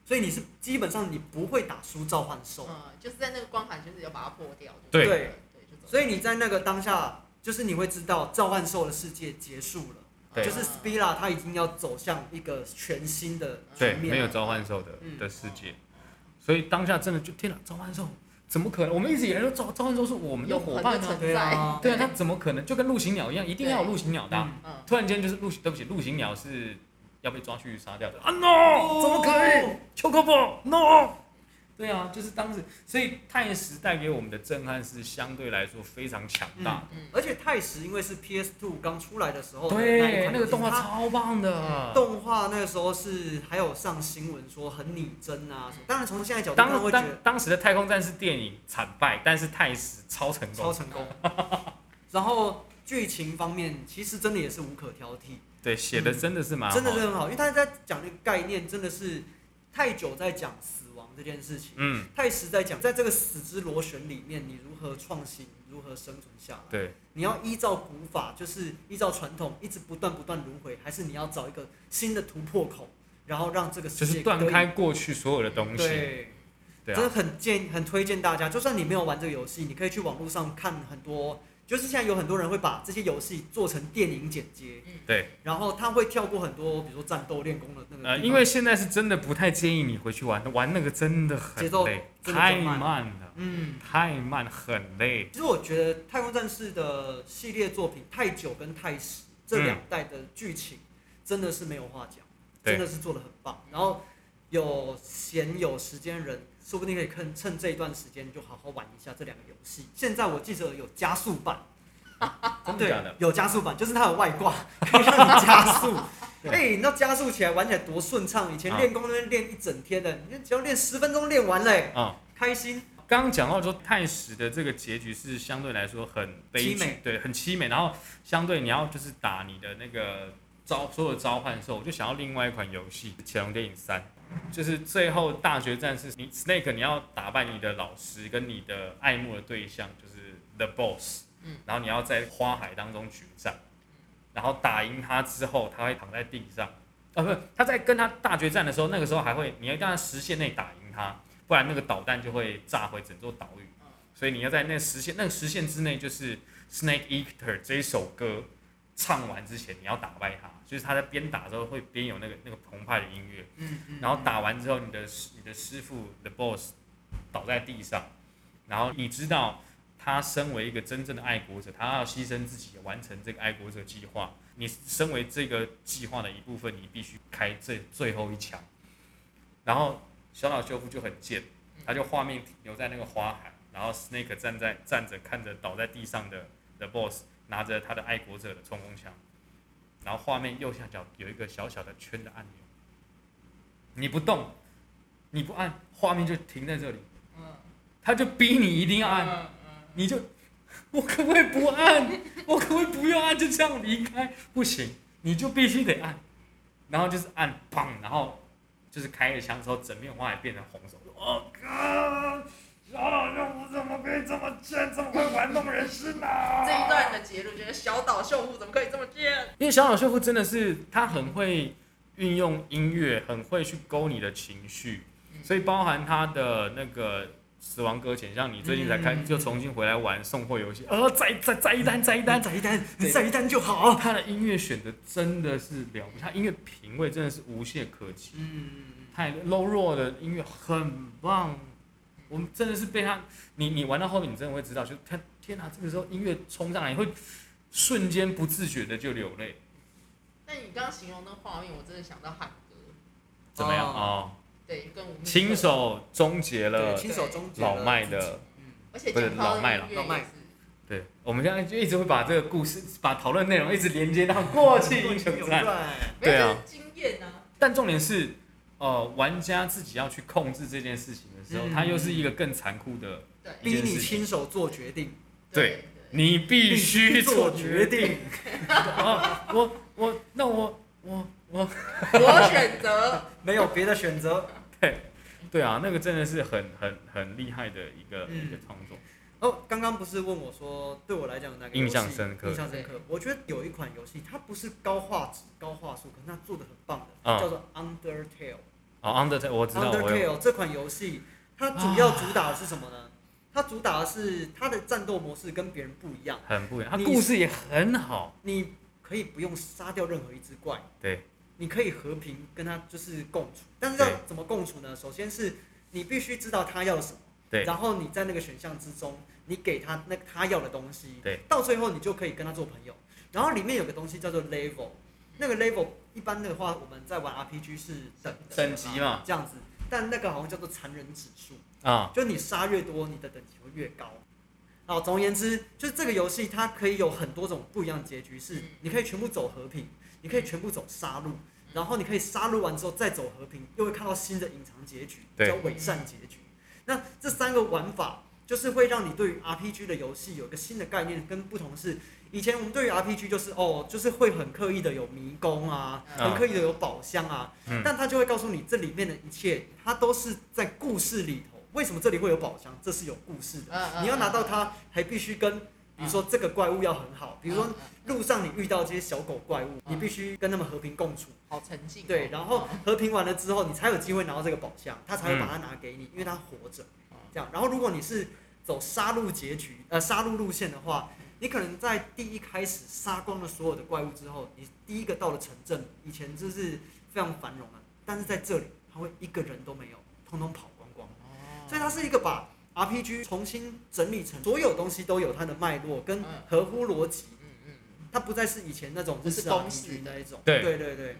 所以你是基本上你不会打输召唤兽。
嗯，就是在那个光盘，就是要把它破掉。
对
对，就走
所以你在那个当下，就是你会知道召唤兽的世界结束了，
对
就是 Spira 它已经要走向一个全新的
对，
局面。啊
没有召唤兽的
嗯
的世界，所以当下真的就天哪，召唤兽怎么可能？我们一直以来都召召唤兽是我们的伙伴
永
啊，
恒的
对啊，
对啊，它怎么可能？就跟陆行鸟一样，一定要有陆行鸟的啊、
嗯，
突然间就是陆行，对不起，陆行鸟是要被抓去杀掉的啊！No，怎么
嗯
可以？秋可波 No。对啊，就是当时，所以泰时带给我们的震撼是相对来说非常强大的。
嗯
而且泰时因为是 PS2 刚出来的时候的那一
对，
款
那
游
个
戏
动画
它嗯
超棒的。
动画那个时候是还有上新闻说很拟真啊什么，当然从现在角度看
当
会觉
当
得
当时的太空战士电影惨败，但是泰时超成功
超。成 功。然后剧情方面，其实真的也是无可挑剔，
对，写的真的是啊蛮好
嗯真的是很好，因为他在讲那个概念，真的是太久在讲死亡这件事情，
嗯，
太实在讲，在这个死之螺旋里面，你如何创新，如何生存下来。
对，
你要依照古法，就是依照传统，一直不断不断轮回，还是你要找一个新的突破口，然后让这个
就
世界
是断
得以
开过去所有的东西，
对。
对
真的
啊，
很建很推荐大家，就算你没有玩这个游戏，你可以去网络上看很多，就是现在有很多人会把这些游戏做成电影剪接，
嗯
对，
然后他会跳过很多，比如说战斗练功的那个地方，
呃，因为现在是真的不太建议你回去玩，玩那个真的很
节奏
累，
真的比较
太
慢
慢了，
嗯，
太慢，很累，
其实我觉得《太空战士》的系列作品《太久》跟《太史》这两代的剧情真的是没有话讲，
对
真的是做的很棒，然后。有闲有时间的人，说不定可以趁趁这一段时间就好好玩一下这两个游戏。现在我记得有加速版，
真的
对
假的？，
有加速版，就是它有外挂，可以让你加 速。
对
哎、你知道加速起来玩起来多顺畅？以前
啊
练功那边练一整天的，你只要练十分钟练完嘞，
啊、
开心。
刚刚讲到说太史的这个结局是相对来说很悲
凄美
剧，对，很凄美，然后相对你要就是打你的那个召所有召唤兽，我就想要另外一款游戏《潜龙电影三》。就是最后大决战是你 Snake，你要打败你的老师跟你的爱慕的对象，就是 The Boss，
嗯
然后你要在花海当中决战，然后打赢他之后，他会躺在地上，啊，不是他在跟他大决战的时候，那个时候还会你要让他时限内打赢他，不然那个导弹就会炸毁整座岛屿
嗯，
所以你要在那时限那个时限之内，就是 Snake Eater 这一首歌唱完之前，你要打败他，就是他在边打的时候会边有那个那个澎湃的音乐。
嗯嗯
然后打完之后，你的师你的师傅 the boss 倒在地上，然后你知道他身为一个真正的爱国者，他要牺牲自己完成这个爱国者计划。你身为这个计划的一部分，你必须开这最后一枪。然后小岛秀夫就很贱，他就画面停留在那个花海，然后 Snake 站在站着看着倒在地上的 The Boss 拿着他的爱国者的冲锋枪，然后画面右下角有一个小小的圈的按钮，你不动，你不按，画面就停在这里。
嗯
他就逼你一定要按，
嗯
你就我可不可以不按？我可不可以不用按？就这样离开？不行，你就必须得按。然后就是按砰，然后就是开了枪之后，整面花也变成红色。我靠！啊，那我怎么可以这么贱，这么会玩弄人心呢、
这一段的结论就是小岛秀夫怎么可以这么贱？
因为小岛秀夫真的是他很会运用音乐，很会去勾你的情绪，
嗯
所以包含他的那个《死亡搁浅》，像你最近才看，
嗯
就重新回来玩送货游戏，呃，再再再一单，再一单。
再一单，
对
再一单就好。
他的音乐选的真的是了不起，他音乐品味真的是无懈可击。
嗯，
太 low 弱的音乐很棒，我们真的是被他，你你玩到后面，你真的会知道，就他天哪、这个时候音乐冲上来，你会瞬间不自觉的就流泪，
但你刚刚形容那画面，我真的想到汉歌，
怎么样
哦
哦？
对，跟我们
亲，手终结
对，
了
亲手终结了
老麦
自己
的，
而且
不是
讲到
老麦了
音乐
老麦
也是
对，我们现在就一直会把这个故事，把讨论内容一直连接到过去英雄 战，
没
对
有
啊
就是经验啊，
但重点是，呃，玩家自己要去控制这件事情的时候，
嗯
它又是一个更残酷的，
对
逼你亲手做决定，
对
对
你必须
做
做
决
决定。
定。
啊，我我那我我我，
对，我选择，
没有别的选择。
对啊，那个真的是很很很厉害的一个、
嗯
一个创作，
哦，刚刚不是问我说，对我来讲哪个游戏
印象深刻
印象深刻。我觉得有一款游戏，它不是高画质、高画素，可是它做的很棒的，
嗯
叫做 Undertale。
哦，Undertale 我知道我有，
Undertale 这款游戏，它主要主打的是什么呢？它主打的是它的战斗模式跟别人不一样，
很不一样，他
你
故事也很好，
你可以不用杀掉任何一只怪，
对，
你可以和平跟它就是共处，但是要
对
怎么共处呢？首先是你必须知道它要什么，
对
然后你在那个选项之中，你给它那它要的东西，
对，
到最后你就可以跟它做朋友。然后里面有个东西叫做 level，那个 level 一般的话我们在玩 RPG 是等的
等级嘛，
这样子，但那个好像叫做残忍指数，
啊，
就你杀越多，你的等级会越高。好，总而言之，就是这个游戏它可以有很多种不一样的结局，是
嗯
你可以全部走和平，你可以全部走杀戮，然后你可以杀戮完之后再走和平，又会看到新的隐藏结局，
对
叫伪善结局。那这三个玩法就是会让你对于 RPG 的游戏有一个新的概念跟不同是，以前我们对于 RPG 就是哦，就是会很刻意的有迷宫啊，
嗯
很刻意的有宝箱啊，
嗯
但他就会告诉你这里面的一切，它都是在故事里头。为什么这里会有宝箱？这是有故事的。
嗯
你要拿到，它，还必须跟，比如说这个怪物要很好，比如说
嗯
路上你遇到这些小狗怪物，
嗯
你必须跟他们和平共处。
好沉静哦，
对，然后和平完了之后，你才有机会拿到这个宝箱，他才会把它拿给你，因
嗯
为他活着。这样，然后如果你是走杀戮结局，呃，杀戮路线的话，你可能在第一开始杀光了所有的怪物之后，你第一个到了城镇，以前就是非常繁荣的，啊但是在这里他会一个人都没有，通通跑光光。
嗯
哦
所以它是一个把 RPG 重新整理成所有东西都有它的脉络跟
嗯
合乎逻辑，
嗯嗯嗯
它不再是以前那种
不是
日式
公
RPG
式
那一种。
对
对对对，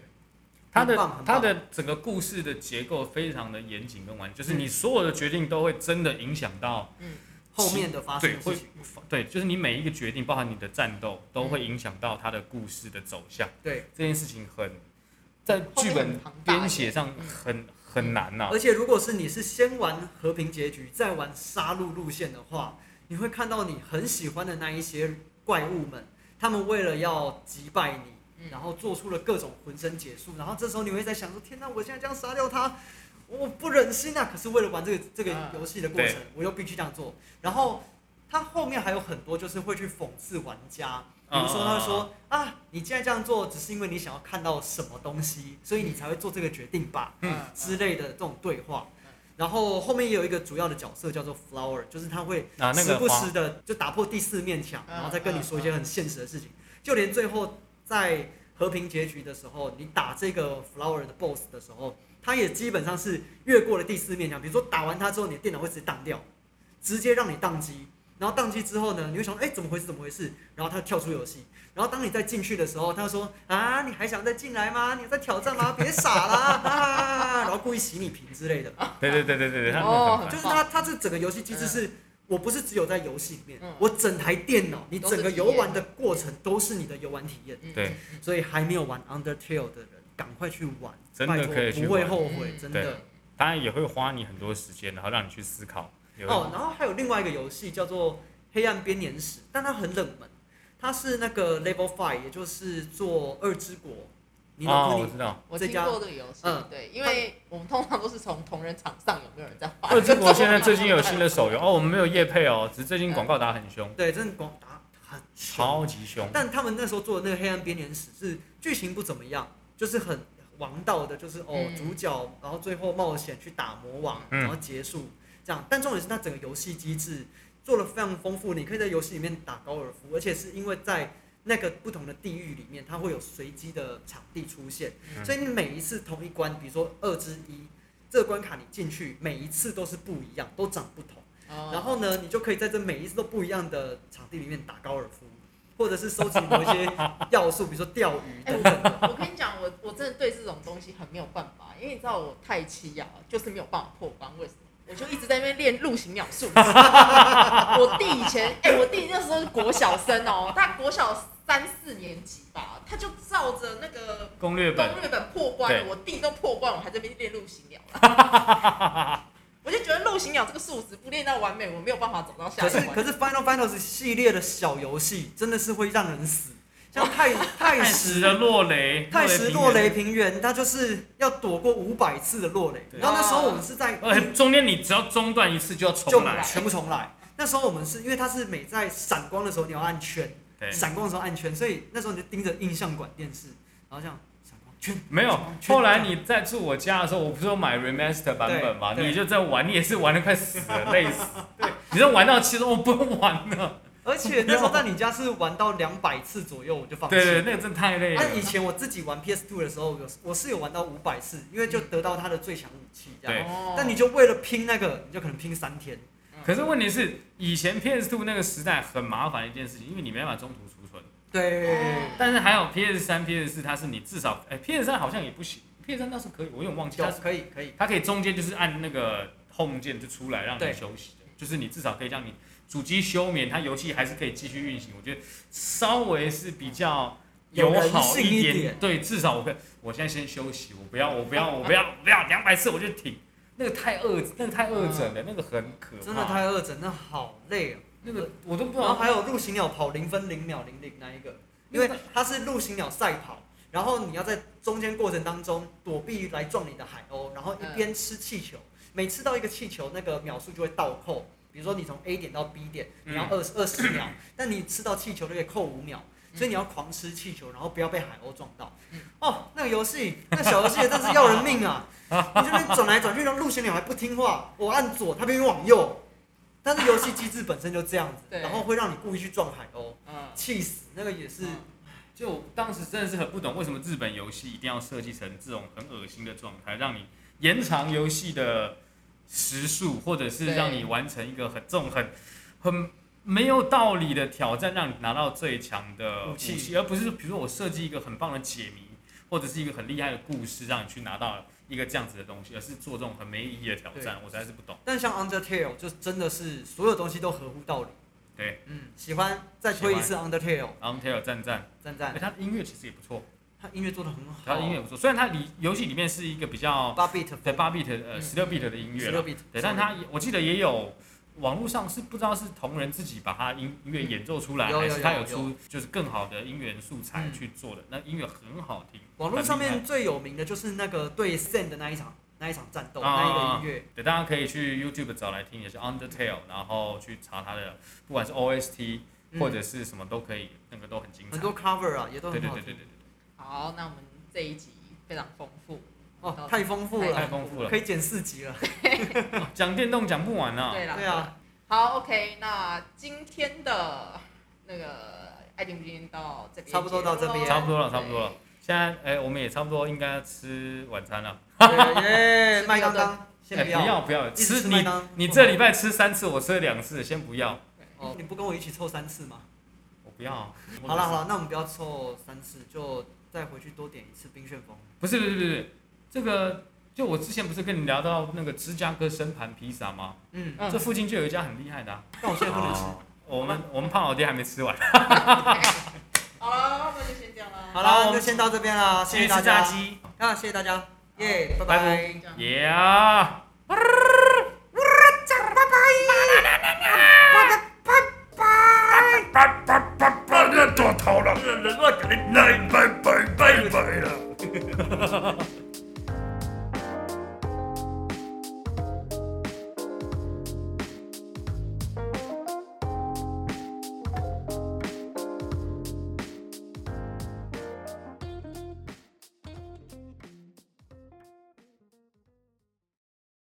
他
很棒
的
很棒
他的整个故事的结构非常的严谨跟完整，
嗯
就是你所有的决定都会真的影响到
嗯，
后面的发生
对
的
会
事情，
对，就是你每一个决定，包含你的战斗，都会影响到他的故事的走向。
对。
这件事情很在剧
后面
本
很庞大耶
编写上
嗯
很很难啊呐、
而且如果是你是先玩和平结局，再玩杀戮路线的话，你会看到你很喜欢的那一些怪物们，他们为了要击败你，
嗯
然后做出了各种浑身解数，然后这时候你会在想说：天哪，我现在这样杀掉他，我不忍心啊！可是为了玩这个这个
啊
游戏的过程，我又必须这样做。然后他后面还有很多就是会去讽刺玩家，比如说他会说：
嗯
啊，你既然这样做，只是因为你想要看到什么东西，所以你才会做这个决定吧。
嗯
之类的这种对话
嗯。
然后后面也有一个主要的角色叫做 Flower，就是他会
啊，那
时
个
不
花
时的就打破第四面墙，
嗯
然后再跟你说一些很现实的事情。就连最后在和平结局的时候，你打这个 Flower 的 BOSS 的时候，他也基本上是越过了第四面墙。比如说打完他之后，你的电脑会直接宕掉，直接让你宕机。然后宕机之后呢，你会想，哎，怎么回事？怎么回事？然后他跳出游戏。然后当你再进去的时候，他就说啊，你还想再进来吗？你在挑战吗？别傻啦！啊、然后故意洗你屏之类的。
对对对对对对，他
哦
很
就
烦
是它它这整个游戏机制是，我不是只有在游戏里面
嗯，
我整台电脑，你
都
整
是
个
体
游
验
玩的过程都是你的游玩体验。
嗯
对，
所以还没有玩 Undertale 的人，赶快去玩，
真的
拜托
可以去
不会
玩
后悔，
嗯
真
对
的。
当然也会花你很多时间，然后让你去思考有
哦，然后还有另外一个游戏叫做《黑暗编年史》，但它很冷门，它是那个 Level Five，也就是做二之国，你老
哦，
婆
我
你
知道，
我
这
听
家
过这个游戏，
嗯
对，因为我们通常都是从同人场上有没有人在玩。
二之国现在最近有新的手游哦，我们没有夜配哦，只是最近广告打很凶，
对，真的广打很凶
超级凶。
嗯但他们那时候做的那个《黑暗编年史》是剧情不怎么样，就是很王道的，就是哦、
嗯
主角，然后最后冒险去打魔王，
嗯
然后结束这样。但重点是它整个游戏机制做的非常丰富，你可以在游戏里面打高尔夫，而且是因为在那个不同的地域里面，它会有随机的场地出现，
嗯
所以你每一次同一关，比如说二之一这个关卡，你进去每一次都是不一样，都长不同。
哦
然后呢，你就可以在这每一次都不一样的场地里面打高尔夫，或者是收集某一些要素，比如说钓鱼
哎
等等的。
我跟你讲，我我真的对这种东西很没有办法，因为你知道我太七呀、就是没有办法破关，为什么？我就一直在那边练陆行鸟术。 我弟以前，哎、我弟那时候是国小生哦，他国小三四年级吧，他就照着那个
攻略本
攻略本破关了，
对
我弟都破关，我还在那边练陆行鸟。 我就觉得陆行鸟这个数值不练到完美，我没有办法走到下
可
一
是
关。
可是 Final Fantasy 系列的小游戏真的是会让人死，像太太
太
史
史的落雷，
太史落
平原
雷，平原，它就是要躲过五百次的落雷。
对
然后那时候我们是在
而且呃中间你只要中断一次就要
就
重来，
全部重来。那时候我们是因为它是每在闪光的时候你要按圈，
对，
闪光的时候按圈，所以那时候你就盯着映像管电视，然后这样闪光圈。
没有
全部。重
后来你在住我家的时候，我不是有买 remaster 版本嘛？
对对
你就在玩，你也是玩的快死了，累死。对，你这玩到其实我不用玩了。
而 且那时候在你家是玩到两百次左右，我就放弃。
对对，那个真的太累了
那、。以前我自己玩 PS2 的时候，有我是有玩到五百次，因为就得到它的最强武器这样。
对
哦嗯
但你就为了拼那个，你就可能拼三天。
可是问题是，以前 PS2 那个时代很麻烦的一件事情，因为你没办法中途储存。
对
但是还有 PS3、PS4，它是你至少，哎，PS3 好像也不行，PS3 那时候可以，我有点忘记，
有
它
哦
是
可以可以。
它可以中间就是按那个 home 键就出来让你
对
休息的，就是你至少可以让你主机休眠，它游戏还是可以继续运行。我觉得稍微是比较
有
友
人
好
性一
点，
点
对，至少我可以，我现在先休息，我不要，我不要，我不要，我不要两百次我就停。那个太恶，那个太恶整了，那个很可怕，
真的太恶整，那好累哦。
那个我都不知
然后
道
还有陆行鸟跑零分零秒零零那一个，因为它是陆行鸟赛跑，然后你要在中间过程当中躲避来撞你的海鸥，然后一边吃气球，每吃到一个气球，那个秒数就会倒扣。比如说你从 A 点到 B 点，你
嗯
要二二十 秒，但你吃到气球就可以扣五秒，所以
嗯
你要狂吃气球，然后不要被海鸥撞到。哦，那个游戏，那小游戏也真是要人命 啊！你这边转来转去，让陆行鸟还不听话，我按左，它偏偏往右。但是游戏机制本身就这样子，
对
然后会让你故意去撞海鸥，
嗯，
气死！那个也是，
嗯就我当时真的是很不懂，为什么日本游戏一定要设计成这种很恶心的状态，让你延长游戏的时速，或者是
对
让你完成一个很这种很很没有道理的挑战，让你拿到最强的武
武器
器，而不是比如说我设计一个很棒的解谜，或者是一个很厉害的故事，让你去拿到一个这样子的东西，而是做这种很没意义的挑战，我实在是不懂。
但像 Undertale 就真的是所有东西都合乎道理。
对，
嗯，喜欢再推一次 Undertale，
然后 t a l 赞赞，
赞
哎
赞，
他的音乐其实也不错，
他音乐做的很好，
他的音乐也不错，虽然他里游戏里面是一个比较
八 bit
对八 bit 呃
嗯
十六 bit 的音乐
十
啦
六 bit，
对，但他也我记得也有网络上是不知道是同人自己把他音音乐演奏出来，
有
还
有
是他
有嗯
有出就是更好的音源素材去做的，那音乐很好听。
网络上
很
面
厉
最有名的就是那个对 Sand 的那一场那一场战斗、
啊
那一个音乐，
害对，大家可以去 YouTube 找来听，也是 Undertale，然后去查他的，不管是 OST
嗯
或者是什么都可以，那个都很精彩。
很多 cover 啊也都
对对
很
对
好听
对对对，
好，那我们这一集非常丰富
哦，太丰富
太
了，
丰富了
可，以剪四集了。
讲电动讲不完啊。
对啦，
对啊，
好，OK，那今天的那个爱丁不丁到这边结束
差
咯，
不多到这边
差不多了，差不多了
对。。
现在哎，我们也差不多应该吃晚餐了。
对耶，
吃
麦当
不要
当，
哎
先
不要不要，
一直
吃
吃麦
你
当，
你这礼拜吃三次，我吃了两次，先不要，
哦，你不跟我一起凑三次吗？
我不要。
好了好了，那我们不要凑三次，就再回去多点一次冰旋风。
不是不是不是不是，这个就我之前不是跟你聊到那个芝加哥生盘披萨吗？
嗯，
嗯
这附近就有一家很厉害的、啊，
但我现在不能吃。
我们我们胖老爹还没吃完，
好了，那就先这样啦。
好
好
啦，
我
那
们
先到这边啦，谢
去
谢大
吃炸
家。
鸡，
啊，谢谢大家，耶，拜
拜
拜
这。样
耶啊！
拜拜。
叭叭叭叭，那多头了，那那给你来拜拜拜拜了。